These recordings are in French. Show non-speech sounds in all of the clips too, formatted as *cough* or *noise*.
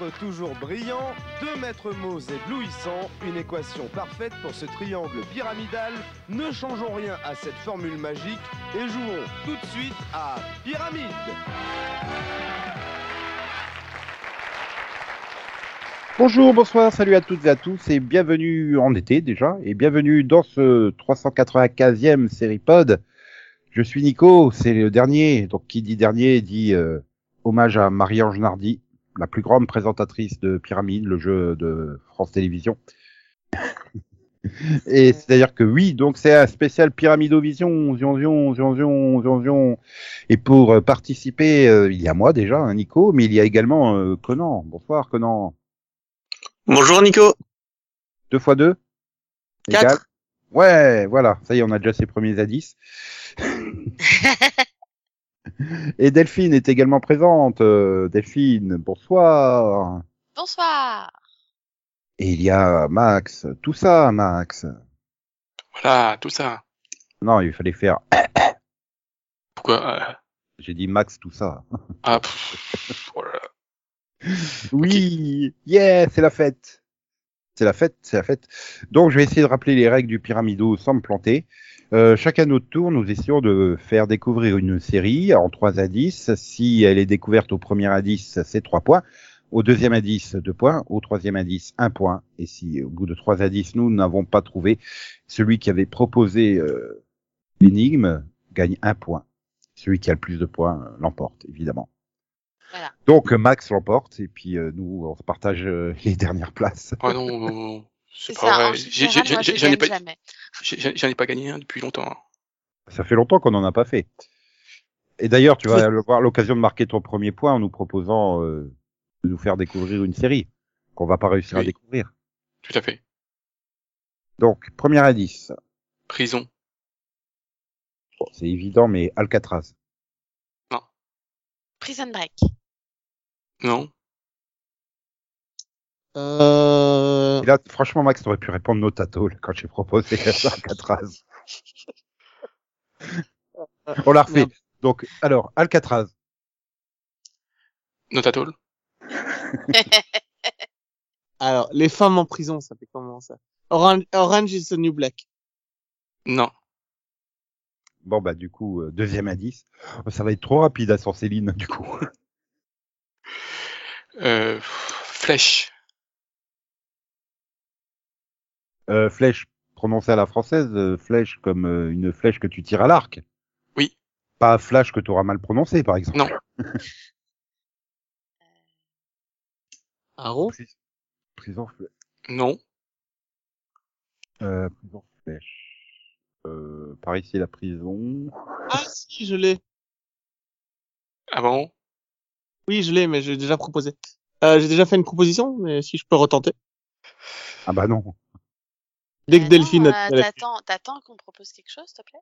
être toujours brillant, deux maîtres mots éblouissants, une équation parfaite pour ce triangle pyramidal. Ne changeons rien à cette formule magique et jouons tout de suite à Pyramide. Bonjour, bonsoir, salut à toutes et à tous et bienvenue en été déjà et bienvenue dans ce 395e série pod. Je suis Nico, c'est le dernier, donc qui dit dernier dit euh, hommage à Marie-Ange Nardi, la plus grande présentatrice de Pyramide, le jeu de France Télévisions. *laughs* et c'est-à-dire que oui, donc c'est un spécial Pyramidovision, zion, zion, zion, zion, zion, zion. Et pour euh, participer, euh, il y a moi déjà, hein, Nico, mais il y a également euh, Conan. Bonsoir Conan. Bonjour Nico. Deux fois deux Quatre. égale- Ouais, voilà, ça y est, on a déjà ses premiers indices. Et Delphine est également présente. Euh, Delphine, bonsoir. Bonsoir. Et il y a Max. Tout ça, Max. Voilà, tout ça. Non, il fallait faire. Pourquoi euh, J'ai dit Max, tout ça. Ah, pff, oh là là. Oui, yeah, c'est la fête. C'est la fête, c'est la fête. Donc, je vais essayer de rappeler les règles du pyramido sans me planter. Euh, chacun notre tour, nous essayons de faire découvrir une série en trois indices. Si elle est découverte au premier indice, c'est trois points. Au deuxième indice, deux points. Au troisième indice, un point. Et si au bout de trois indices, nous n'avons pas trouvé celui qui avait proposé euh, l'énigme, gagne un point. Celui qui a le plus de points euh, l'emporte, évidemment. Donc euh, Max l'emporte et puis euh, nous on se partage euh, *laughs* les dernières places. Ah non, non, *laughs* non, C'est c'est pas ça, en vrai. J'ai- j'ai- général, moi, je j'ai- J'en ai gagne pas, jamais. j'ai- j'en ai pas gagné un depuis longtemps. hein. Ça fait longtemps qu'on n'en a pas fait. Et d'ailleurs, tu vas avoir l'occasion de marquer ton premier point en nous proposant euh, de nous faire découvrir une série qu'on va pas réussir à Oui. découvrir. Tout à fait. Donc premier indice, Prison. Bon, c'est évident mais Alcatraz. Prison Break. Non. Euh, Et là franchement Max t'aurais pu répondre nos tato quand j'ai proposé *laughs* Alcatraz. on l'a refait. merde. Donc alors Alcatraz, Notatol. Alors, les femmes en prison, ça fait comment ça Orange, Orange is the New Black. Non. Bon bah du coup euh, deuxième indice, Oh, ça va être trop rapide à sans Céline du coup. Euh, flèche. Euh, flèche prononcée à la française, euh, flèche comme euh, une flèche que tu tires à l'arc. Oui. Pas flash que tu auras mal prononcé par exemple. Non. Arrow Pris- Prison, fle- Non. euh, prison flèche. Euh, par ici la prison. Ah si, je l'ai. Avant. Oui, je l'ai, mais j'ai déjà proposé. Euh, j'ai déjà fait une proposition, mais si je peux retenter. Ah bah non. Dès que Ah Delphine non, a- euh, elle a- T'attends, t'attends qu'on propose quelque chose, s'il te plaît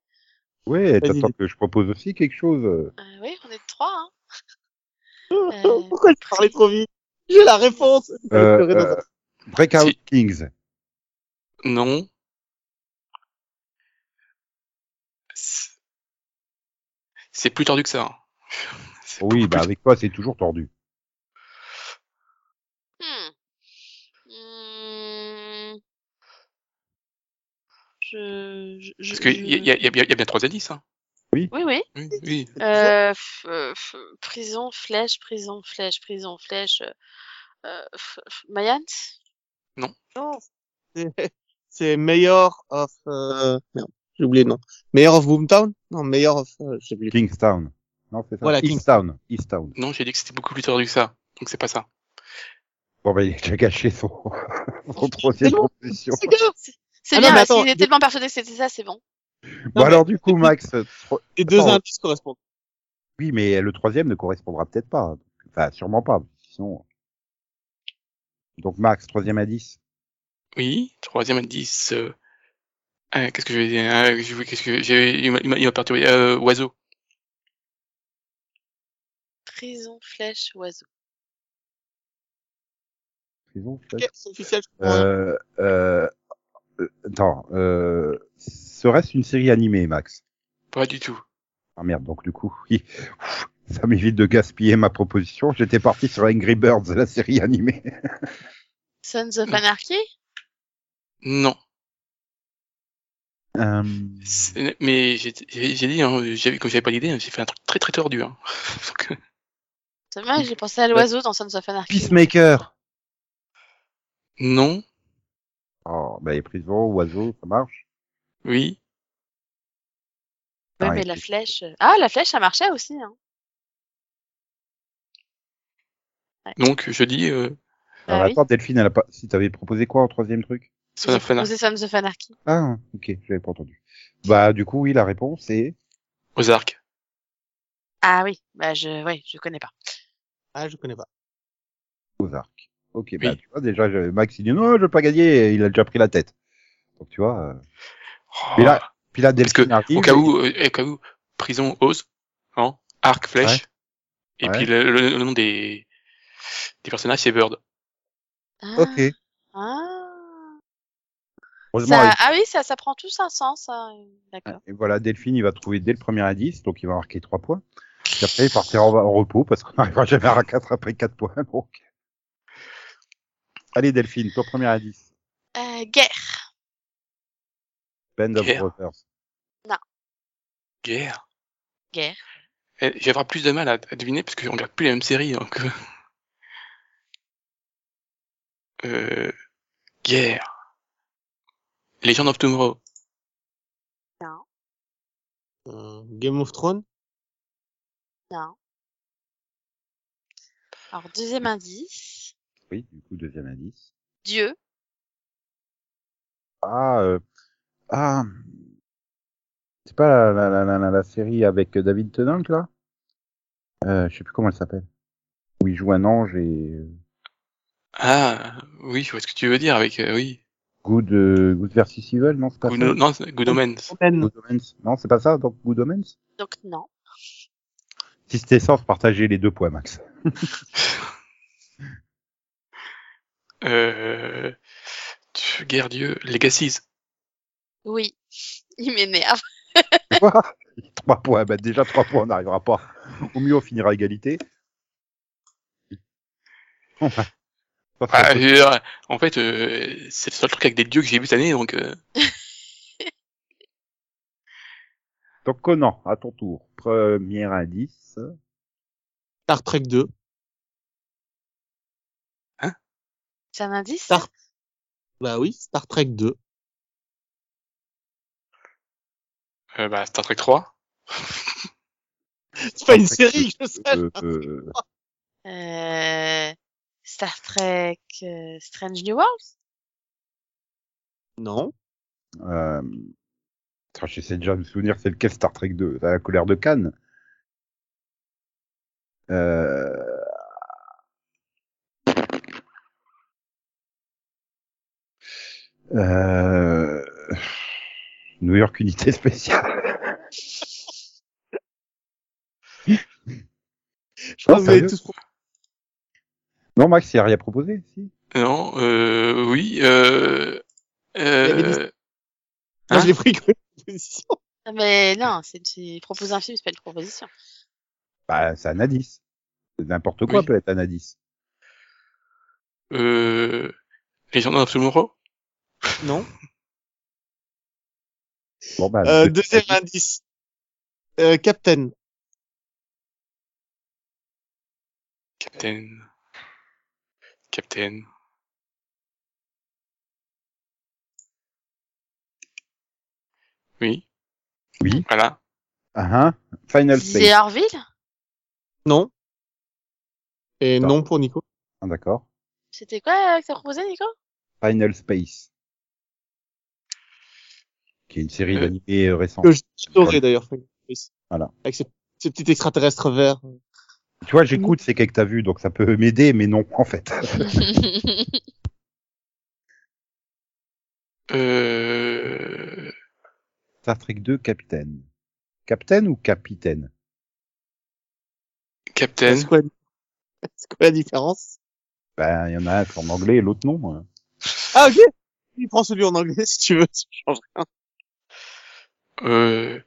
Ouais, t'attends Vas-y. que je propose aussi quelque chose. Euh, Oui, on est trois. Hein. Euh, Pourquoi je parlais trop vite J'ai la réponse Euh, Je vais dans un- euh, Breakout Si. Kings. Non. C'est c'est plus tordu que ça. hein. C'est Oui, beaucoup bah plus- avec toi c'est toujours tordu. hmm. Hmm. Je, je, je- Parce qu'il y, a- y a- y a bien- y a bien trois indices. Hein. Oui, oui. Oui, oui. Euh, f- euh, f- prison, flèche, prison, flèche, prison, flèche. euh, Euh, f- f- Mayans Non, *laughs* c'est- C'est Mayor of... Euh... Merde, j'ai oublié le nom. Mayor of Boomtown Non, Mayor of... euh, j'ai oublié. Kingstown. Non, c'est ça. Voilà, Easttown. Easttown. Non, j'ai dit que c'était beaucoup plus tordu que ça. Donc c'est pas ça. Bon, bah, il a déjà gâché son, *laughs* son troisième C'est bon. proposition. C'est grave C'est Ah bien, non, mais parce attends, qu'il est de- tellement persuadé que c'était ça, c'est bon. Bon, Non, alors, du coup, Max, tro- Les deux Attends. indices correspondent. oui, mais le troisième ne correspondra peut-être pas. Enfin, sûrement pas. Sinon... euh. Donc, Max, troisième indice. Oui, troisième indice. Euh, euh, qu'est-ce que je vais dire euh, je- Qu'est-ce que j'ai Il m'a- il m'a il m'a perturbé. Euh, oiseau. Prison, flèche, oiseau. Prison, Ok, peut-être. c'est officiel. je comprends. Euh, euh, euh, attends, euh, serait-ce une série animée, Max Pas du tout. Ah merde, donc du coup, oui. Ça m'évite de gaspiller ma proposition. J'étais parti sur Angry Birds, la série animée. Sons of Anarchy Non. Euh, C'est- Mais j'ai j'ai- j'ai dit, hein, j'avais- comme j'avais pas l'idée, hein, j'ai fait un truc très très tordu. Hein. *laughs* Donc, euh, C'est dommage, j'ai pensé à l'oiseau dans Sons of Anarchy. Peacemaker. non, Oh, bah, les prisons, oiseaux, ça marche. oui, Ouais, Ah, mais et- la flèche. euh, Ah, la flèche, ça marchait aussi. Hein. donc je dis euh, Bah Alors, oui. attends, Delphine, elle a pas, si t'avais proposé quoi en troisième truc? Son J'ai of Anarchy. proposé Sons of Anarchy. Ah, ok, j'avais pas entendu. Bah, du coup, oui, la réponse est Ozark. Ah oui, bah je, ouais, je connais pas. Ah, je connais pas. aux arcs. Ok, bah, tu vois, déjà, je- Max, il dit, non, je veux pas gagner, et il a déjà pris la tête. Donc, tu vois, euh, Oh, Mais là, puis là, Parce que, Delphine arrive. au cas où, euh, au cas où, prison, Oz, hein, arc, flèche, et Ouais. puis le, le- le nom des, des personnages, c'est Bird. Ah, Ok. Ah, Heureusement, Ça- ah oui, ça, ça prend tous un sens. hein. D'accord. Et voilà, Delphine, il va trouver dès le premier indice, donc il va marquer 3 points. Puis après, il partira en, en repos parce qu'on n'arrivera *laughs* jamais à 4 après 4 points. *laughs* Donc. Allez, Delphine, ton premier indice. Euh, guerre. Band of Guerre. Brothers. Guerre. Guerre. Eh, Je vais avoir plus de mal à, à deviner parce que je regarde plus la même série. Donc... euh. Euh, guerre. Legend of Tomorrow. Euh, Game of Thrones Alors, deuxième indice. Oui, du coup, deuxième indice. Dieu. Ah, euh, ah. C'est pas la, la, la, la, la série avec David Tennant, là euh, Je sais plus comment elle s'appelle. Où il joue un ange et euh, Ah, oui, je vois ce que tu veux dire avec, euh, oui. Good, euh, Good versus Evil, non, c'est pas Good, ça non, c'est Good Omens. Omen. Good Omens. Non, c'est pas ça, donc Good Omens Donc non. Si c'était sens, partagez les deux points, *laughs* Max. Euh, tu- guerre Dieu, Legacies. Oui. *laughs* Il m'énerve. trois points, bah déjà trois points, on n'arrivera pas. Au mieux, on finira à égalité. *laughs* Ouais. Pas Ah, trop- je veux dire, en fait, euh, c'est le seul truc avec des dieux que j'ai vu cette année, donc euh, Donc Conan, à ton tour. Premier indice. Star Trek 2. C'est un indice Star- Bah oui, Star Trek 2. euh, bah, Star Trek 3. C'est pas une Trek série, je Ah, sais. Euh, euh, Euh, Star Trek euh, Strange New World Non. euh, attends, J'essaie déjà de me souvenir, c'est lequel Star Trek 2 La colère de Cannes. Euh... Euh... New York Unité *laughs* Spéciale. Ah, Je crois que vous avez sérieux tous proposé Non, Max, il a rien proposé, si Non, euh, oui, euh, y avait euh, Moi, Hein je l'ai pris comme une proposition. Ah, Mais non, c'est tu proposes un film, c'est pas une proposition. Bah, c'est un indice. N'importe quoi Oui. peut être un indice. euh, Legend of Tomorrow. Non. Bon, bah, Euh, deux- deuxième indice. Euh, Captain. Captain. Captain. Oui. Oui. Voilà. Ah, hein. Final C'est Space. Orville Non. Et Non. non, pour Nico. Ah, D'accord. C'était quoi euh, que t'as proposé, Nico Final Space. Qui est une série Euh. d'animés euh, récents. Que j- j'adorais d'ailleurs. Frank Lewis. Voilà. Avec ce, ce petit extraterrestre vert. Tu vois, j'écoute c'est quelques que t'as vu, donc ça peut m'aider, mais non, en fait. *laughs* Euh, Star Trek 2, Capitaine. Capitaine ou Capitaine Captain. C'est quoi, la- *laughs* c'est quoi la différence Ben, il y en a un c'est en anglais et l'autre non. hein. Ah, ok. Il prend celui en anglais *laughs* si tu veux. ça change rien. Euh,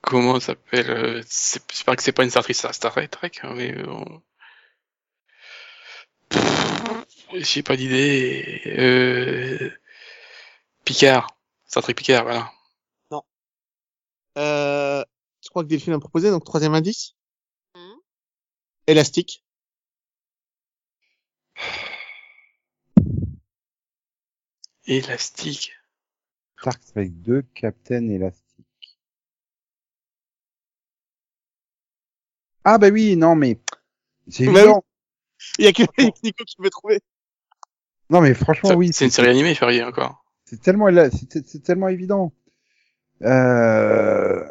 Comment ça s'appelle euh, c'est- J'espère que c'est pas une Star Trek, Star Trek, hein, mais euh, on- Pfff, j'ai pas d'idée. Euh... Picard, Star Trek Picard, voilà. Euh, je crois que Delphine a proposé, donc troisième indice. Hmm. Élastique. Élastique. Star Trek 2, Captain Elastic. Ah bah oui, non mais c'est Bah évident. Il y a que *laughs* il y a que Nico qui veut trouver. Non mais franchement Ça- Ah oui, c'est une série animée, Ferrier, encore. c'est tellement éla- c'est c'est tellement évident. Euh...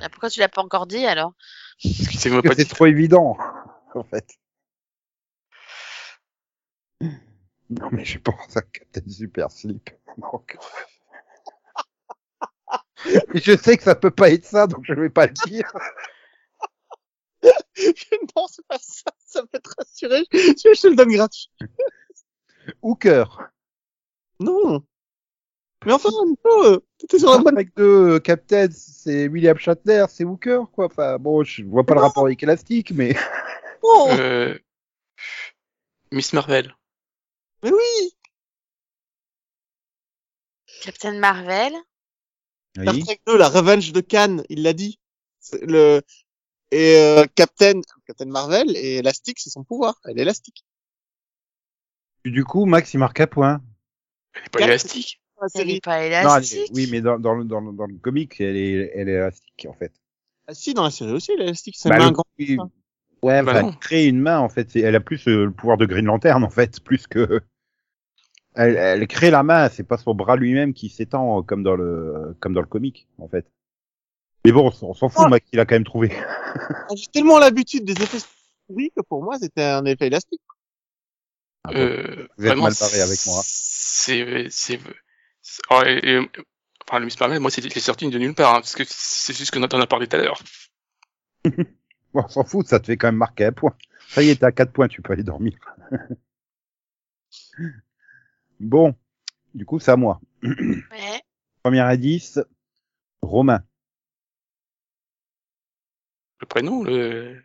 Ah, pourquoi tu l'as pas encore dit alors C'est même que pas *laughs* c'est dit. trop évident en fait. Non mais je pense à Captain Super Slip. *laughs* donc. Et je sais que ça peut pas être ça, donc je vais pas le dire. *laughs* non, c'est pas ça. Ça peut te rassurer. Je, je te le donne gratuit. Hooker. Non. Mais enfin, Nico, euh, t'étais sur la bonne. Avec deux euh, Captain, c'est William Shatner, c'est Hooker, quoi. Enfin, bon, je vois pas le rapport avec Elastique, mais Non. Euh... Miss Marvel. Mais oui. Captain Marvel Star Trek 2, la revanche de Cannes, il l'a dit. C'est Le... Et euh, Captain, Captain Marvel et Elastic, c'est son pouvoir. Elle est élastique. du coup, Max il marque un point. Elle est pas élastique. Ah La Elle série. est pas Non, elle est- élastique oui, mais dans, dans, le, dans, le, dans le comic, elle est, elle est élastique en fait. Ah, si, dans la série aussi, elle est élastique. C'est Bah, un le- grand. oui. ça. Ouais, Bah enfin, non. créer une main en fait, c'est- elle a plus euh, le pouvoir de Green Lantern *laughs* en fait, plus que. Elle, elle crée la main, c'est pas son bras lui-même qui s'étend euh, comme dans le comme dans le comic en fait. Mais bon, on s'en- on s'en fout, Ah. Max, il a quand même trouvé. Euh, Ah, J'ai tellement l'habitude des effets oui que pour moi, c'était un effet élastique. Ah bon. Euh, Vous êtes vraiment, mal barré avec moi. C'est, c'est, c'est- alors, et- et- enfin, le Miss Marvel, moi, c'est, c'est sorti de nulle part, hein, parce que c'est juste que on en a parlé tout à l'heure. Bon, on s'en fout, ça te fait quand même marquer un point. Ça y est, t'as quatre points, tu peux aller dormir. *laughs* bon, du coup, c'est à moi. Ouais. Premier indice, Romain. Le prénom, le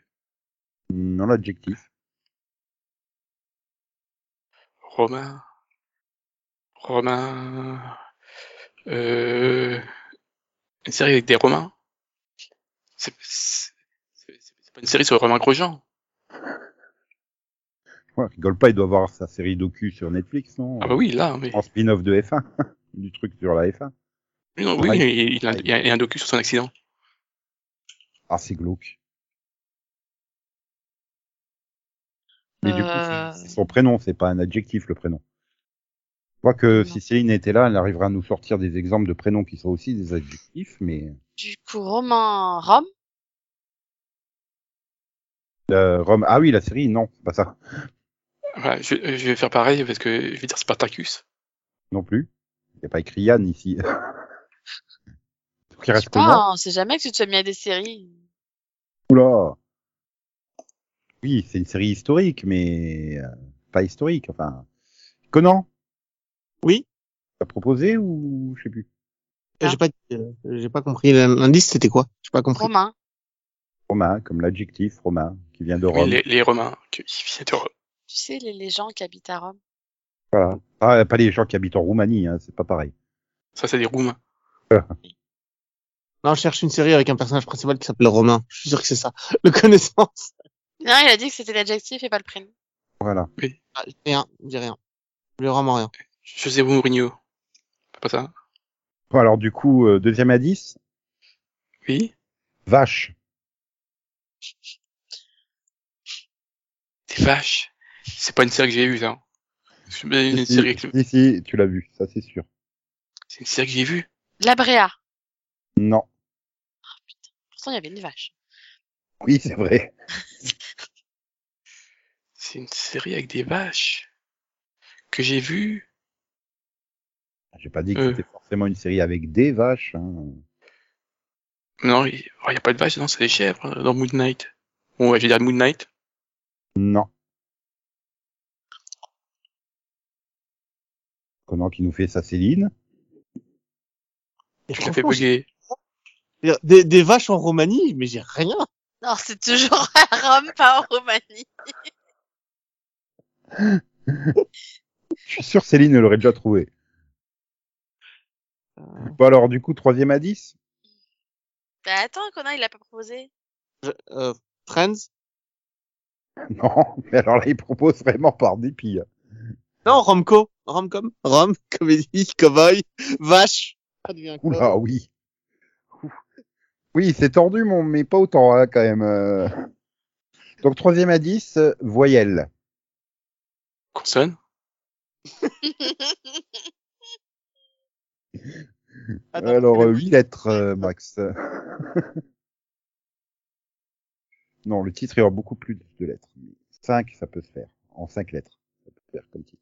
Non, l'adjectif. Romain, Romain, euh, une série avec des Romains. C'est, c'est, c'est- c'est pas une série sur Romain Grosjean. Ouais, rigole pas, il doit avoir sa série docu sur Netflix, non Ah bah oui, là, mais En spin-off de F1, *laughs* du truc sur la F1. oui, non, oui, Ouais. il, il a, il y a- il y a un docu sur son accident. Ah, c'est glauque. Mais du coup, Euh. c'est- c'est son prénom, c'est pas un adjectif, le prénom. Quoique, Non. si Céline était là, elle arriverait à nous sortir des exemples de prénoms qui sont aussi des adjectifs, mais... Du coup, Romain Rome Euh, Rome. Ah oui, la série, non, c'est pas ça Voilà, je, je vais faire pareil parce que je vais dire Spartacus. non plus. Il n'y a pas écrit Yann ici. *laughs* Donc il Je reste sais que moi. pas, on sait jamais que tu te sois mis à des séries. Oula. Oui, c'est une série historique, mais euh, pas historique. Enfin, Conan. Oui. T'as proposé ou je sais plus. Ah. Et J'ai pas, euh, j'ai pas compris l'indice, c'était quoi J'ai pas Ah. compris. Romain. Romain, comme l'adjectif romain qui vient de Oui, Rome. les, les Romains. que- il vient de Rome. Tu sais, les, les gens qui habitent à Rome. Voilà. Ah, pas les gens qui habitent en Roumanie, hein, c'est pas pareil. Ça, c'est des Roumains. Non, je cherche une série avec un personnage principal qui s'appelle Romain. Je suis sûr que c'est ça. Le connaissance. Non, il a dit que c'était l'adjectif et pas le prénom. Voilà. Ah, j'ai rien, j'ai rien. J'ai vraiment rien. José Mourinho. C'est pas ça Bon, alors du coup, euh, deuxième indice, Oui. vache. Des vaches. C'est pas une série que j'ai vue, ça. C'est une Si, série, avec le- si, si, tu l'as vu, ça c'est sûr. c'est une série que j'ai vue. La Bréa. Non. Pourtant, il y avait une vache. Oui, c'est vrai. C'est une série avec des vaches. Que j'ai vue. J'ai pas dit que Euh. c'était forcément une série avec des vaches. Hein. Non, il n'y a pas de vaches, non, c'est des chèvres euh, dans Moon Knight. Bon, ouais, je vais dire Moon Knight. Non. Conan qui nous fait sa Céline. Tu l'as fait bugger. C'est-à-dire, Des, des vaches en Romanie, mais j'ai rien. Non, c'est toujours *laughs* à Rome, pas en Roumanie. Je suis sûr que Céline l'aurait déjà trouvé. Bon alors du coup troisième à 10 Bah attends, connard, il l'a pas proposé. *laughs* Je- euh, Friends Non, mais alors là il propose vraiment par dépit. Non, Romco. Romcom Rom, comédie, cowboy, vache. Ah, devient quoi Oula oui. Ouh. Oui c'est tordu mon mais pas autant hein, quand même. euh. Donc troisième à 10, euh, voyelle. Consonne. Attends, Alors, 8 lettres, euh, Max. *laughs* non, le titre, il y aura beaucoup plus de lettres. 5, ça peut se faire. En 5 lettres, ça peut se faire comme titre.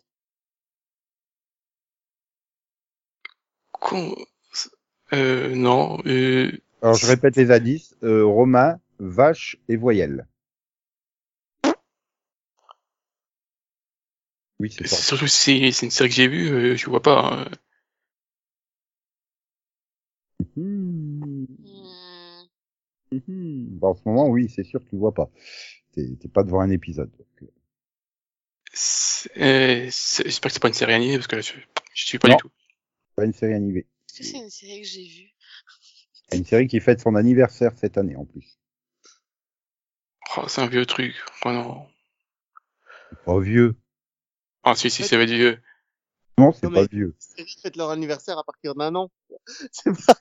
Con... Euh, non. Euh... Alors, je répète les indices. Euh, Romain, vache et voyelle. Oui, c'est C'est *laughs* ça. surtout si c'est une série que j'ai vue, euh, je vois pas. euh. Hmm. Bah, en ce moment, oui, c'est sûr que tu vois pas. T'es t'es pas devant un épisode. donc, euh, C'est- euh, c'est- J'espère que c'est pas une série animée parce que je, je suis pas Non. du tout. pas une série animée. Est-ce que c'est une série que j'ai vue Une série qui fête son anniversaire cette année, en plus. Oh, c'est un vieux truc. Oh non. Pas vieux. Ah si si, ça va être vieux. Non, c'est Non, pas mais- vieux. les séries fêtent leur anniversaire à partir d'un an. *laughs* C'est pas,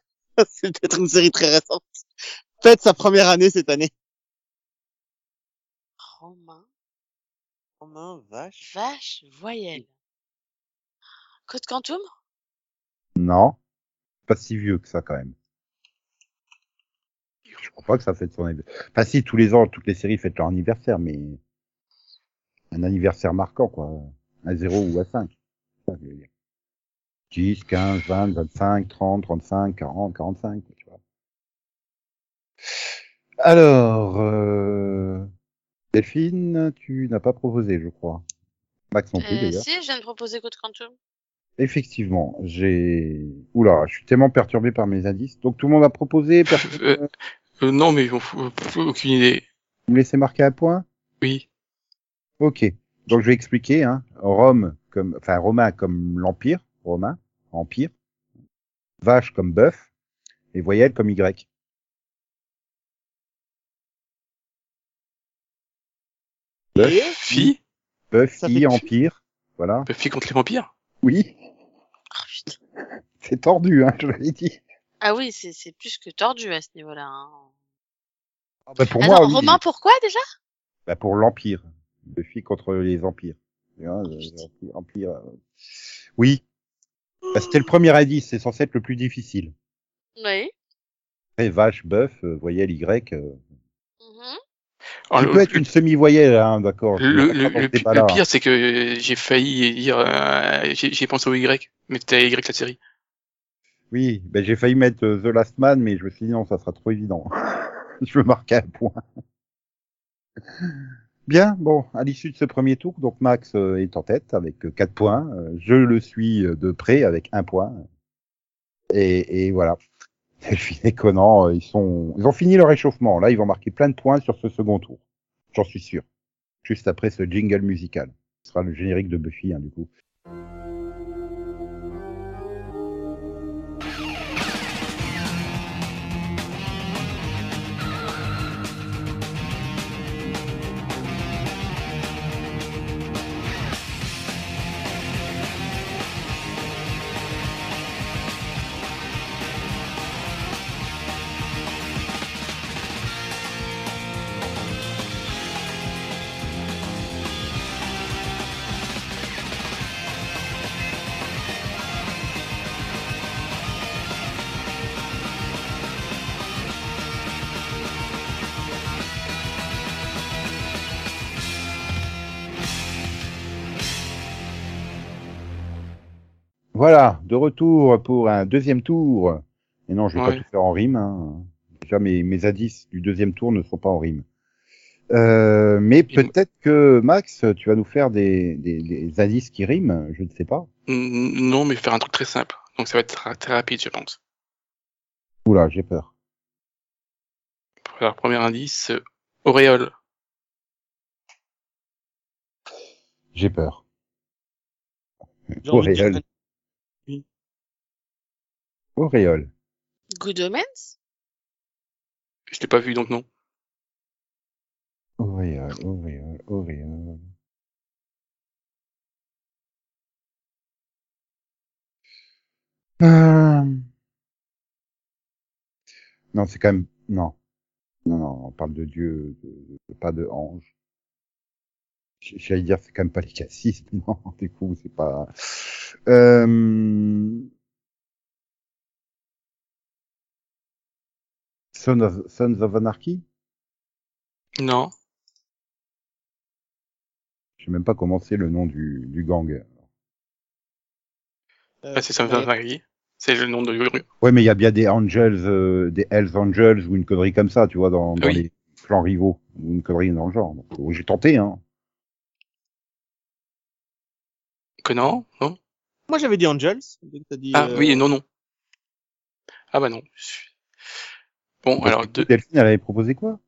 c'est peut-être une série très récente. Fête sa première année cette année. Romain, Romain, vache. vache, voyelle. Code Quantum Non. Pas si vieux que ça, quand même. Je crois pas que ça fête son anniversaire. Enfin, si, tous les ans, toutes les séries fêtent leur anniversaire, mais un anniversaire marquant, quoi. À 0 ou à 5. Ça, je veux dire. 10, 15, 20, 25, 30, 35, 40, 45, tu vois. Alors, euh... Delphine, tu n'as pas proposé, je crois. Max non plus, Euh, d'ailleurs. Si, je viens de proposer Code Quantum. Effectivement, j'ai. Oula, je suis tellement perturbé par mes indices. Donc tout le monde a proposé. *laughs* Personne Euh, euh, non mais j'en fous pff, aucune idée. vous me laissez marquer un point. Oui. Ok. Donc je vais expliquer. Hein. Rome comme, enfin Romain comme l'empire, romain, empire. Vache comme bœuf et voyelle comme y. Buffy. Bœuf, Ça fait i, tu- empire. Voilà. Buffy Bah, contre les vampires. Oui, *laughs* Oh, putain. c'est tordu, hein, je l'avais dit. Ah oui, c'est c'est plus que tordu à ce niveau-là. hein. Ah, bah, pour Attends, moi, oui. Romain, pourquoi déjà Bah, pour l'empire. Buffy contre les empires. Tu vois, le- putain. l'empire- empire, euh. Oui. Bah, C'était le premier indice. C'est censé être le plus difficile. Oui. Après, vache, bœuf, euh, voyelle Y. euh. Mhm. Ah, Qui le, peut être une semi-voyelle, hein, d'accord. je le- vais le- pas dans le- ce le pi- débat-là, le hein. pire c'est que j'ai failli dire euh, j'ai j'ai pensé au Y, mais c'était Y la série. Oui, ben, j'ai failli mettre euh, The Last Man, mais je me suis dit non, ça sera trop évident. *laughs* je me marque un point. Bien, bon, à l'issue de ce premier tour, donc Max euh, est en tête avec 4 points. euh, je le suis euh, de près avec 1 point. Et, et voilà. Delphine et Conan, euh, ils, sont, ils ont fini leur échauffement. Là, ils vont marquer plein de points sur ce second tour. J'en suis sûr. Juste après ce jingle musical. Ce sera le générique de Buffy, hein, du coup. Voilà, de retour pour un deuxième tour. Et non, je vais pas Ouais. tout faire en rime. hein. Déjà, mes, mes indices du deuxième tour ne sont pas en rime. Euh, mais Il m- peut-être que Max, tu vas nous faire des, des, des indices qui riment, je ne sais pas. N- Non mais faire un truc très simple. Donc ça va être ra- très rapide je pense. Oula, j'ai peur. Alors, premier indice, euh, auréole. J'ai peur. J'ai envie de dire Auréole. Auréole. Good Omens Je l'ai pas vu, donc non. Auréole, auréole, auréole. Euh... Non, c'est quand même non. Non, non, on parle de Dieu, de- de- pas de ange. J- J'allais dire c'est quand même pas les cassis, mais *laughs* non, du coup c'est pas. Euh... Sons of, Sons of Anarchy. Non. Je sais même pas comment c'est le nom du, du gang. euh, Ah, c'est Sam ouais. Zazarelli. C'est le nom de Yuri. Ouais, mais il y a bien des Angels, euh, des Hells Angels ou une connerie comme ça, tu vois, dans, dans Oui. les clans rivaux ou une connerie dans le genre. Donc, J'ai tenté, hein. Que non Non Moi, j'avais dit Angels. donc t'as dit, Ah euh, oui, non, non. Ah bah non. je suis- Bon, Parce alors, que deux. Delphine, elle avait proposé quoi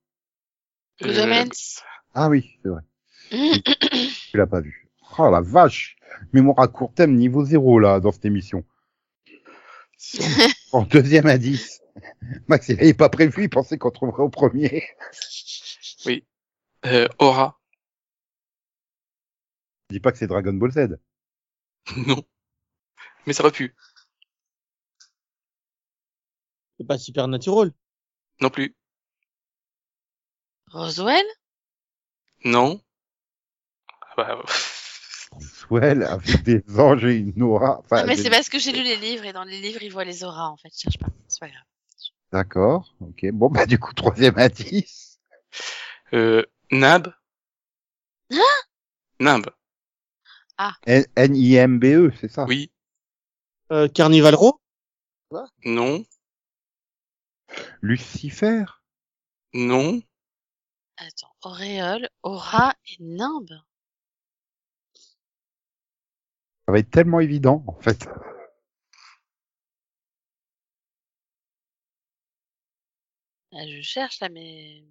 Good euh, Omens Ah oui, c'est vrai. Mmh. Tu l'as pas vu. Oh la vache Mémoire à court terme niveau zéro là dans cette émission. En deuxième indice. *laughs* Max, il n'avait pas prévu, il pensait qu'on trouverait au premier. euh, aura. Dis pas que c'est Dragon Ball Z. non. Mais ça aurait pu. C'est pas Supernatural. Non plus. Roswell Non. Ah bah, *laughs* Swell avec des anges et une aura. Enfin, Non, Ah, mais des- c'est parce que j'ai lu les livres et dans les livres, ils voient les auras en fait. Je cherche pas. C'est pas grave. D'accord, ok. Bon bah du coup, troisième indice. euh, Nab. Nimb. N- N-I-M-B-E, E, c'est ça Oui. Euh, Carnival Row. Non. Lucifer Non. Attends. Auréole, aura et nimbe. Ça va être tellement évident, en fait. Ah, je cherche là, mais.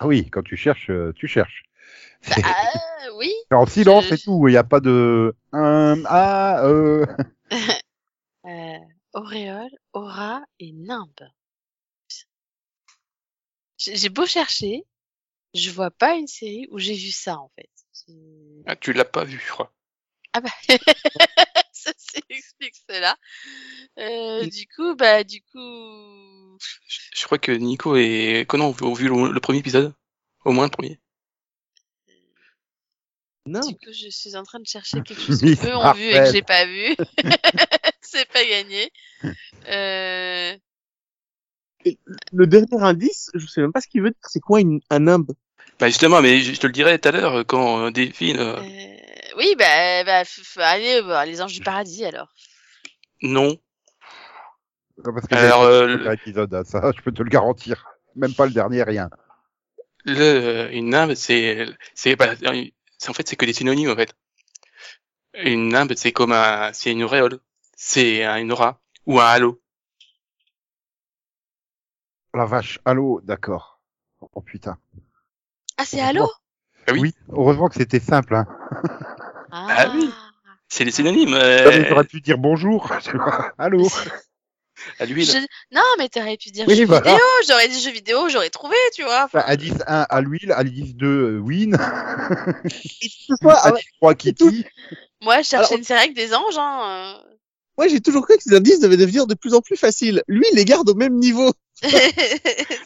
Ah oui, quand tu cherches, euh, tu cherches. Ah, oui *laughs* Bah, en silence je- et tout, il n'y a pas de... Hum, ah, euh... *laughs* Euh, auréole, aura et nimbe. J'ai j'ai beau chercher, je vois pas une série où j'ai vu ça en fait. C'est- Ah, tu l'as pas vu, je crois. Ah bah *laughs* ça explique cela. Euh, du coup, bah du coup, Je, je crois que Nico et Conan ont ont vu le, le premier épisode. Au moins le premier. Non. du coup, je suis en train de chercher quelque chose Miss que eux ont vu et que Marvel. j'ai pas vu. *laughs* C'est pas gagné. Euh, Le dernier indice, je sais même pas ce qu'il veut dire. C'est quoi une, un nimbe Bah justement, mais je, je te le dirai tout à l'heure euh, quand euh, Delphine... euh, euh, oui, bah, bah f- f- allez, bah, les anges du paradis alors. Non. non, parce que j'avais Alors, pas euh, vu le le- premier épisode, hein, ça, *laughs* je peux te le garantir. Même pas le dernier, rien. Le, euh, une nimbe, c'est, c'est, bah, c'est- en fait, c'est que des synonymes, en fait. Une nimbe, c'est comme un, c'est une auréole, c'est un- une aura, ou un halo. Oh la vache, allô, d'accord. Oh putain. Ah, c'est Halo Ah oui. Heureusement que c'était simple. Hein. Ah oui. C'est des synonymes, euh, Jamais J'aurais pu dire bonjour. *laughs* allô. à l'huile. Je- Non, mais t'aurais pu dire Oui, jeux voilà. Bah, vidéo, j'aurais dit jeux vidéo, j'aurais trouvé, tu vois. Enfin, Indice 1 à l'huile, indice 2 euh, win, *laughs* Moi, ah ouais, indice 3 Kitty. Moi, je cherchais Alors- une série avec des anges, hein. *laughs* euh. ouais, j'ai toujours cru que ces indices devaient devenir de plus en plus faciles. Lui, il les garde au même niveau. *laughs*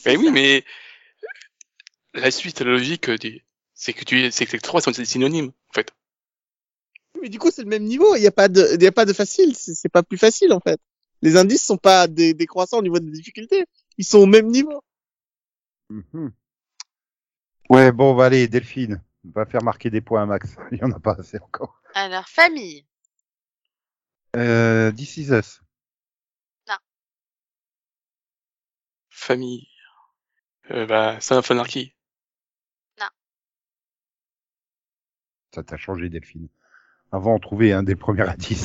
Mais oui, mais la suite logique du, c'est que tu, c'est que les trois sont des synonymes, en fait. Mais du coup, c'est le même niveau. Il n'y a pas de, il y a pas de facile. C'est c'est pas plus facile, en fait. Les indices sont pas dé- décroissants au niveau des difficultés. Ils sont au même niveau. Mhm. Ouais, bon, va aller, Delphine. Va faire marquer des points à Max. *laughs* Il n'y en a pas assez encore. Alors, famille. Euh, This is us. Famille, euh, bah, c'est un anarchy. Non. Ça t'a changé, Delphine. Avant, on trouvait un des premiers *laughs* indices.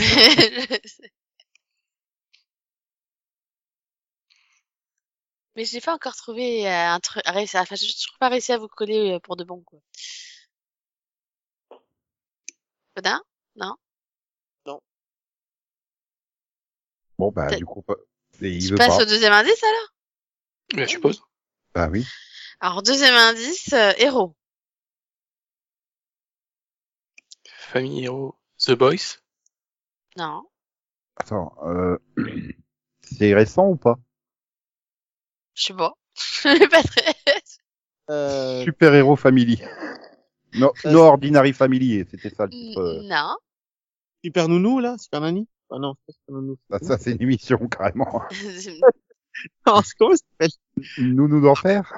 *laughs* Mais j'ai pas encore trouvé euh, un truc. à réussir- Enfin, j'ai toujours pas réussi à vous coller euh, pour de bon, quoi. Godin Bon, bah, T'as- du coup, pas- et il Tu veut passes pas. au deuxième indice alors Ah Ben, je suppose. Bah oui. Alors, deuxième indice, euh, héros. Famille Hero, The Boys. Non. Attends, euh... *clears throat* c'est récent ou pas Je sais pas. *laughs* Je l'ai pas très. Euh, Super Hero *laughs* Family. Non, Euh, no Ordinary Family, c'était ça le titre. euh. Non. *laughs* Super Nounou, là Super Nani Ah non, c'est pas Super *laughs* Nounou. Ah, ça, c'est une émission, carrément. Non, Ah, c'est comment ça s'appelle Nounou d'enfer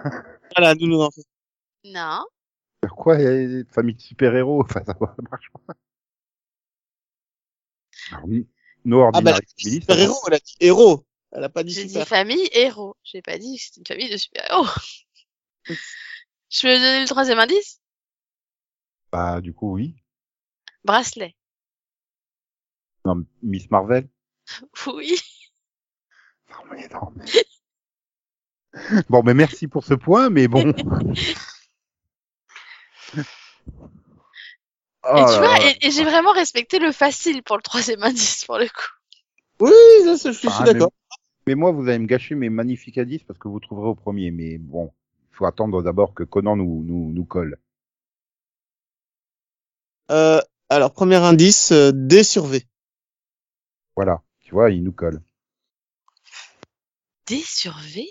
Ah la Nounou d'enfer. *laughs* non. Pourquoi il y a des familles de super-héros Enfin, ça va- ça marche pas. Alors, n- no Ah bah, Ordinary elle Family, a ça dit super héros, elle a dit héros. Elle a pas dit J'ai super. dit famille héros. J'ai pas dit que c'était une famille *laughs* de super-héros. Je peux donner le troisième indice Bah, du coup, oui. Bracelet. Non, Miss Marvel. Oui. Non, mais non, mais- *laughs* Bon, mais merci pour ce point, mais bon. *laughs* et Oh tu là vois, là. et, et j'ai vraiment respecté le facile pour le troisième *laughs* indice, pour le coup. Oui, ça, ça, je suis, je suis Ah, mais- d'accord. Mais moi, vous allez me gâcher mes magnifiques indices parce que vous trouverez au premier. Mais bon, il faut attendre d'abord que Conan nous, nous, nous colle. Euh, alors, premier indice, euh, D sur V. Voilà, tu vois, il nous colle. *laughs* D sur V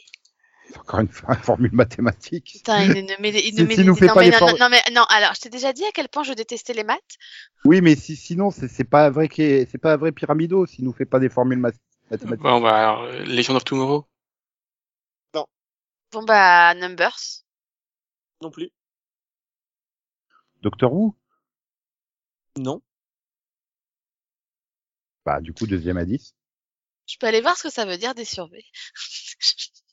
C'est encore une fois *laughs* une formule mathématique. Putain, il ne met des... Il ne S'il- met s'il des- nous fait non, pas mais les non, non, formes- non, mais non, alors, je t'ai déjà dit à quel point je détestais les maths. Oui, mais si, sinon, c'est c'est pas un vrai, qui est- c'est pas un vrai pyramido s'il nous fait pas des formules math- mathématiques. Bon, bah, alors, euh, Legend of Tomorrow. Bon, bah, Numbers. Non plus. Docteur Who Non. Bah, du coup, deuxième indice. Je peux aller voir ce que ça veut dire des sur *laughs* V.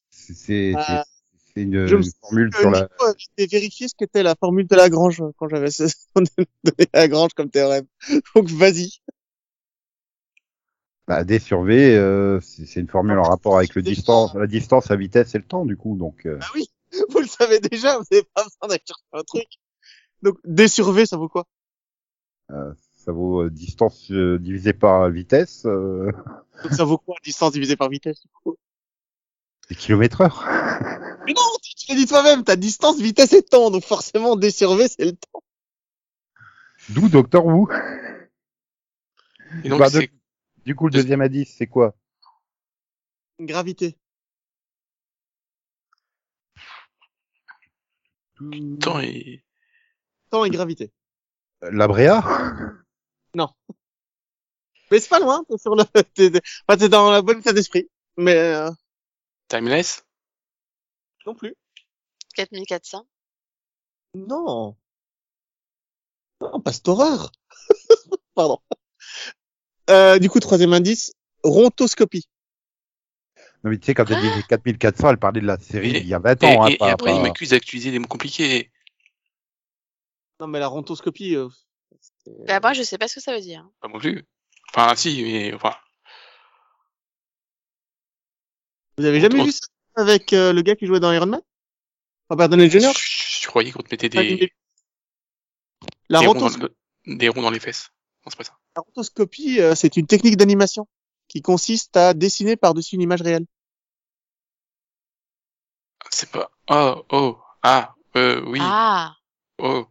C'est c'est- Euh, Bah, c'est- c'est une, je me une suis- formule Euh, sur la. Nico, euh, J'ai vérifié ce qu'était la formule de Lagrange euh, quand j'avais ce- *laughs* on a donné Lagrange comme théorème. Donc, vas-y. *laughs* Bah, D sur V, euh, c'est c'est une formule en rapport avec le C'est- distance, la distance, la vitesse et le temps, du coup. Donc, euh, Vous le savez déjà, vous n'avez pas besoin d'aller chercher un truc. Donc, D sur V, ça vaut quoi euh, ça vaut euh, distance euh, divisée par vitesse, euh, Donc, ça vaut quoi Distance divisée par vitesse du coup des kilomètres heure. *laughs* Mais non, tu, tu l'as dit toi-même, ta distance, vitesse et temps. Donc, forcément, D sur V, c'est le temps. D'où Docteur Who. Et donc, Bah, de- c'est Du coup, le deuxième indice, c'est quoi Gravité. temps et... Temps et gravité. La Bréa Mais c'est pas loin, t'es sur le, *laughs* t'es, t'es- enfin, t'es dans la bonne état d'esprit. Mais, euh, Timeless. non plus. 4400. Non. Non, pas cette horreur. *laughs* Pardon. Euh, du coup, troisième indice, rontoscopie. Non, mais tu sais, quand elle disait 4400, elle parlait de la série Et- il y a 20 Et, ans. hein, et- et pas- après, il pas- m'accuse d'utiliser des mots compliqués. Non, mais la rontoscopie, euh, c'est- Euh. Bah, moi, je sais pas ce que ça veut dire. Pas non plus. Enfin, si, mais enfin. vous avez jamais Ront- vu ça avec euh, le gars qui jouait dans Iron Man? Robert Downey Jr.? Je, je croyais qu'on te mettait Pas du- des, La, des, ronds rontos- dans le- des ronds dans les fesses. Non, c'est pas ça. la rontoscopie, euh, c'est une technique d'animation qui consiste à dessiner par-dessus une image réelle. C'est pas. Oh, oh, ah, euh, oui, Ah. oh.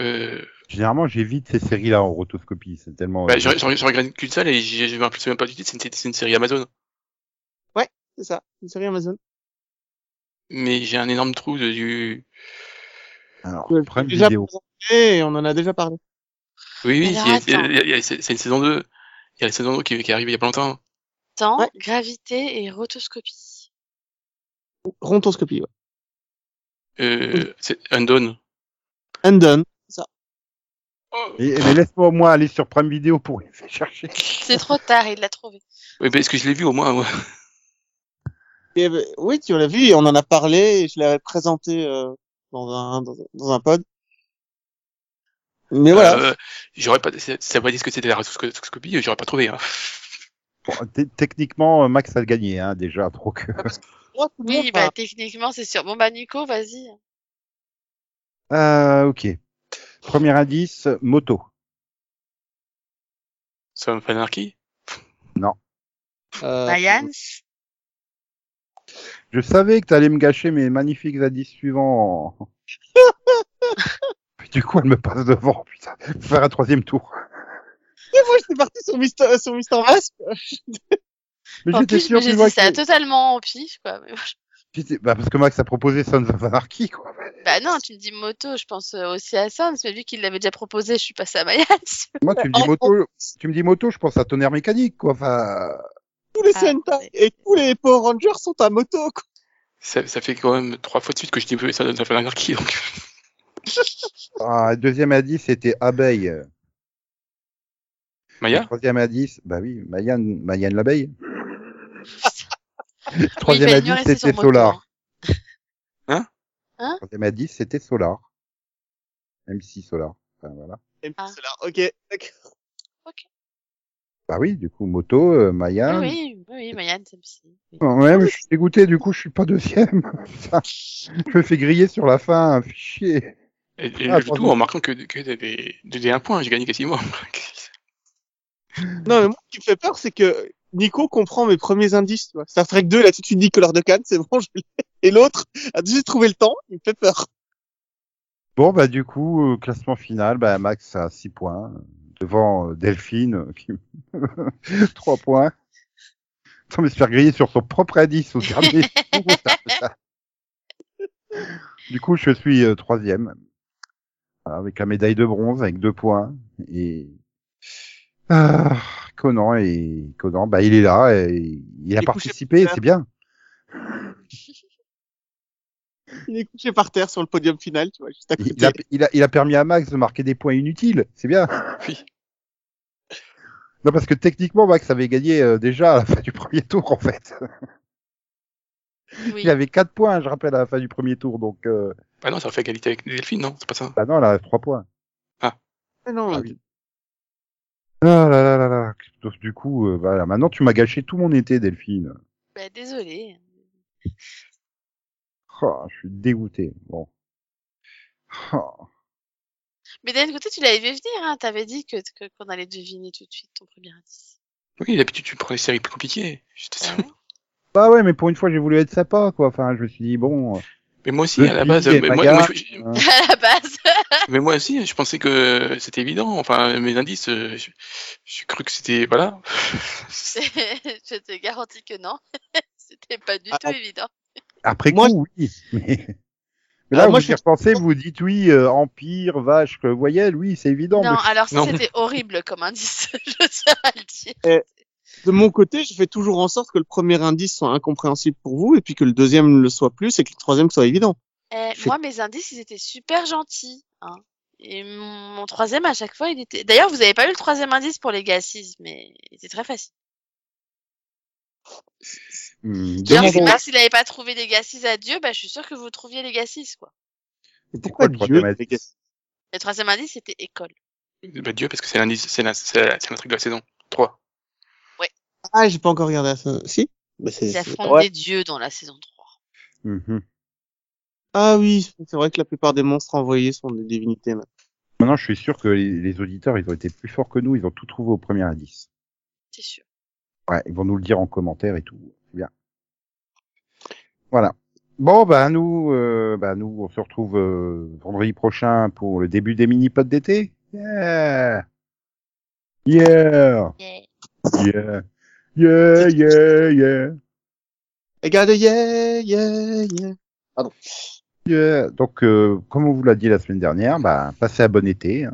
Euh, Généralement, j'évite ces séries-là en rotoscopie. C'est tellement. euh, bah, je, je, je regarde qu'une seule et j'ai- je me rappelle même pas du titre, c'est une, c'est une série Amazon. C'est ça, une série Amazon. Mais j'ai un énorme trou de, du. Alors, Vous l'avez problème déjà vidéo. présenté et on en a déjà parlé. Oui, oui, Alors, il y a- attends. il y a- il y a- c'est c'est une saison 2. Il y a la saison 2 qui, qui est arrivée il y a pas longtemps. Temps, Ouais. gravité et rotoscopie. Rontoscopie, ouais. Euh, c'est Undone. Undone. Oh. Et- mais laisse-moi au moins aller sur Prime Vidéo pour *laughs* les faire chercher. C'est trop tard, il l'a trouvé. Oui, parce que je l'ai vu au moins. moi. Et, euh, oui, tu l'as vu, et on en a parlé, et je l'avais présenté euh, dans un, dans, un- dans un pod. Mais voilà. Euh, j'aurais pas, si ça m'a dit ce que c'était la radioscopie, j'aurais pas trouvé. Hein. Bon, t- techniquement, euh, Max a gagné hein, déjà, *laughs* donc. Moi, tout le Oui, monde bah parle. techniquement c'est sûr. Bon bah Nico, vas-y. Euh, ok. Premier indice, moto. Ça me fait anarchie. Euh, Ryan Je savais que t'allais me gâcher mes magnifiques indices *laughs* suivants. Puis du coup, elle me passe devant, putain. Faut faire un troisième tour. Et moi, j'étais parti sur Mister, sur Mister Masque. Mais En j'étais plus, sûr mais tu j'ai vois dit ça que- totalement en pif, quoi. Mais bon, je- J'étais- bah, parce que Max a proposé Sons of Anarchy, quoi. Bah non, tu me dis moto, je pense euh, aussi à Sans, mais vu qu'il l'avait déjà proposé, je suis passée à *laughs* Mayas. Moi, tu me *laughs* dis moto, tu me dis moto, je pense à tonnerre mécanique, quoi. Enfin, Tous les Ah, Sentai ouais. et tous les Power Rangers sont à moto, quoi. Ça, ça fait quand même trois fois de suite que je dis ça me fait anarchie. Donc, ah, deuxième indice, c'était abeille. Le Maya, Troisième indice, bah oui, Mayane, Mayane l'abeille. Mais il Troisième fallait mieux indice, rester sur c'était moto, Solar. Hein Troisième indice, c'était Solar. MC Solar. Enfin, voilà. Et puis, Ah. c'est là. Ok. d'accord. Bah oui, du coup, moto, euh, Mayane. Oui, oui, oui, Mayan, c'est psy. Oui. Ouais, mais je suis dégoûté, du coup, je suis pas deuxième. *laughs* Putain. je me fais griller sur la fin, hein, fichier. et, et Ah, le tout pardon. en marquant que, que des, des, des un point, j'ai gagné quasiment. *laughs* Non, mais moi, ce qui me fait peur, c'est que Nico comprend mes premiers indices, tu vois. Star Trek 2, il a tout de suite dit couleur de canne, c'est bon, je l'ai. Et l'autre a déjà trouvé le temps, il me fait peur. Bon, bah, du coup, euh, classement final, bah, Max a 6 points. euh, Devant euh, Delphine, euh, qui... *laughs* 3 points. Attends, mais se faire griller sur son propre indice au dernier tour, ça, putain. Du coup, je suis euh, troisième. Voilà, avec la médaille de bronze, avec 2 points. Et. Ah, Conan, et Conan, bah, il est là, et il a est couché par participé, et terre. c'est bien. Il est couché par terre sur le podium final, tu vois, juste à côté. Il a, il, a, il a permis à Max de marquer des points inutiles, c'est *laughs* bien. Oui. Non, parce que techniquement, Max avait gagné euh, déjà à la fin du premier tour, en fait. Oui. Il avait 4 points, je rappelle, à la fin du premier tour, donc... Euh... Bah non, ça fait égalité avec Delphine, non C'est pas ça. Bah non, là, 3 points. Ah non, Ah oui. Ah là là là là. Donc, du coup, euh, voilà, maintenant tu m'as gâché tout mon été, Delphine. Bah, désolé. Oh, je suis dégoûté. Bon. Oh. Mais d'un côté, tu l'avais vu venir, hein. T'avais dit que que- qu'on allait deviner tout de suite ton premier *laughs* indice. Oui, d'habitude, tu prends des séries plus compliquées. J'étais Bah sûr. ouais. Bah ouais, mais pour une fois, j'ai voulu être sympa, quoi. Enfin, je me suis dit, bon... euh, Mais moi aussi, Le à la Pi, base, les mais moi, Magas, moi, je- euh, Bah, À la base. *laughs* mais moi aussi, je pensais que c'était évident. Enfin, mes indices, euh, je- j'ai cru que c'était. Voilà. C'est- je te garantis que non. *laughs* C'était pas du Ah, tout ah. évident. Après Moi, coup, oui. *laughs* Mais, mais là, Ah, moi, vous je- y repensez, vous dites oui, euh, empire, vache, euh, voyelle, oui, c'est évident. non, mais- alors ça, non. c'était horrible comme indice. *laughs* je tiens à le dire. De mon côté, je fais toujours en sorte que le premier indice soit incompréhensible pour vous, et puis que le deuxième le soit plus, et que le troisième soit évident. Eh, Je- moi, mes indices, ils étaient super gentils. Hein. Et mon mon troisième, à chaque fois, il était. D'ailleurs, vous avez pas eu le troisième indice pour les gassies, mais il était très facile. Hmm, D'ailleurs, demandons- si Max, il n'avait pas trouvé les gassies à Dieu, bah, je suis sûre que vous trouviez les gassies, quoi. Mais quoi pourquoi le Dieu troisième indice les gars Le troisième indice, c'était école. Bah, Dieu, parce que c'est l'indice, c'est la- c'est la- c'est l'intrigue de la saison 3. Ah, j'ai pas encore regardé la fin. Si bah, c'est- Ils c'est- affrontent ouais. des dieux dans la saison 3. Mhm. Ah oui, c'est vrai que la plupart des monstres envoyés sont des divinités. maintenant. Maintenant, je suis sûr que les, les auditeurs, ils ont été plus forts que nous, ils ont tout trouvé au premier indice. C'est sûr. Ouais, ils vont nous le dire en commentaire et tout. C'est bien. Voilà. Bon, bah nous, euh, bah, nous, on se retrouve euh, vendredi prochain pour le début des mini-pods d'été. Yeah! Yeah! Yeah! Yeah, yeah, yeah! Regarde, yeah, yeah, yeah. Euh, donc, euh, comme on vous l'a dit la semaine dernière, bah, passez un bon été. hein.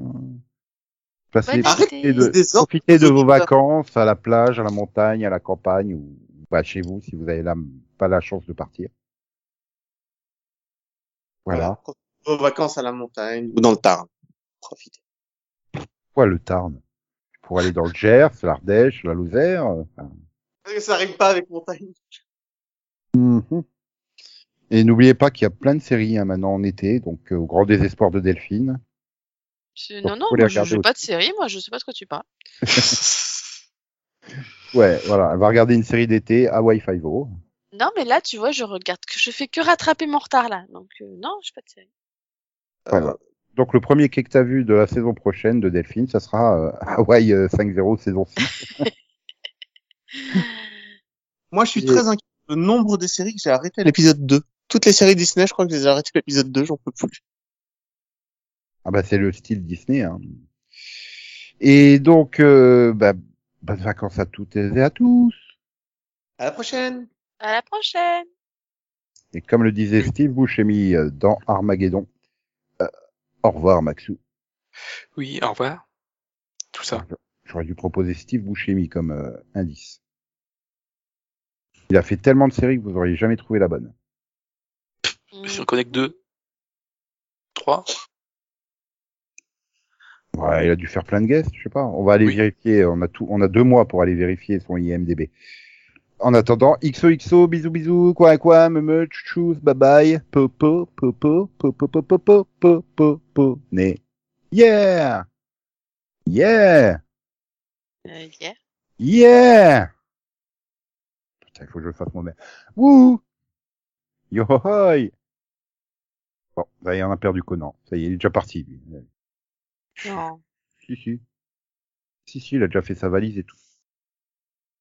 Passez, Bon profitez, été. de, Des ordres profitez de aux vos auditeurs. vacances à la plage, à la montagne, à la campagne ou bah, chez vous si vous avez la, pas la chance de partir. Voilà, Vos vacances à la montagne ou dans le Tarn. Profitez. quoi le Tarn Pour aller dans le Gers, l'Ardèche, la Lozère. euh, enfin. Parce que ça rime pas avec montagne. Mhm. Et n'oubliez pas qu'il y a plein de séries hein, maintenant en été, donc euh, au grand désespoir de Delphine. Je- Donc, Non, non, faut les moi, je regarder joue pas de série, moi, je sais pas de quoi tu parles. Ouais, voilà, elle va regarder une série d'été à Wi-Fi Vaux. Non, mais là, tu vois, je regarde que je fais que rattraper mon retard là. Donc, euh, non, je sais pas de série. Euh, Voilà. Donc le premier quai que t'as vu de la saison prochaine de Delphine, ça sera euh, *laughs* Hawaii euh, 5-0 saison 6. Moi, je suis Et- très inquiet le nombre de séries que j'ai arrêtées à l'épisode 2. Toutes les séries Disney, je crois que je les ai arrêtées à l'épisode 2, j'en peux plus. Ah bah c'est le style Disney. Hein. Et donc, euh, bah, bonnes vacances à toutes et à tous. À la prochaine! À la prochaine. Et comme le disait Steve Buscemi euh, dans Armageddon, euh, au revoir Maxou. oui, au revoir. Tout ça. J'aurais dû proposer Steve Buscemi comme euh, indice. Il a fait tellement de séries que vous auriez jamais trouvé la bonne. Mm. Je reconnais que deux. Trois. Ouais, il a dû faire plein de guests, je sais pas. On va aller Oui. vérifier. On a tout, on a deux mois pour aller vérifier son IMDb. En attendant, XOXO, bisous bisous, quoi quoi, me me, tchous, bye bye, popo, popo, popo, popo, popo, popo, popo, né. Yeah! Yeah! Euh, *laughs* yeah. Yeah! Putain, il faut que je le fasse moi-même. Wouh! Yo ho hoi! Bon, ça y est, on a perdu Conan. Ça y est, il est déjà parti, lui. Non. Si, si. Si, si, il a déjà fait sa valise et tout.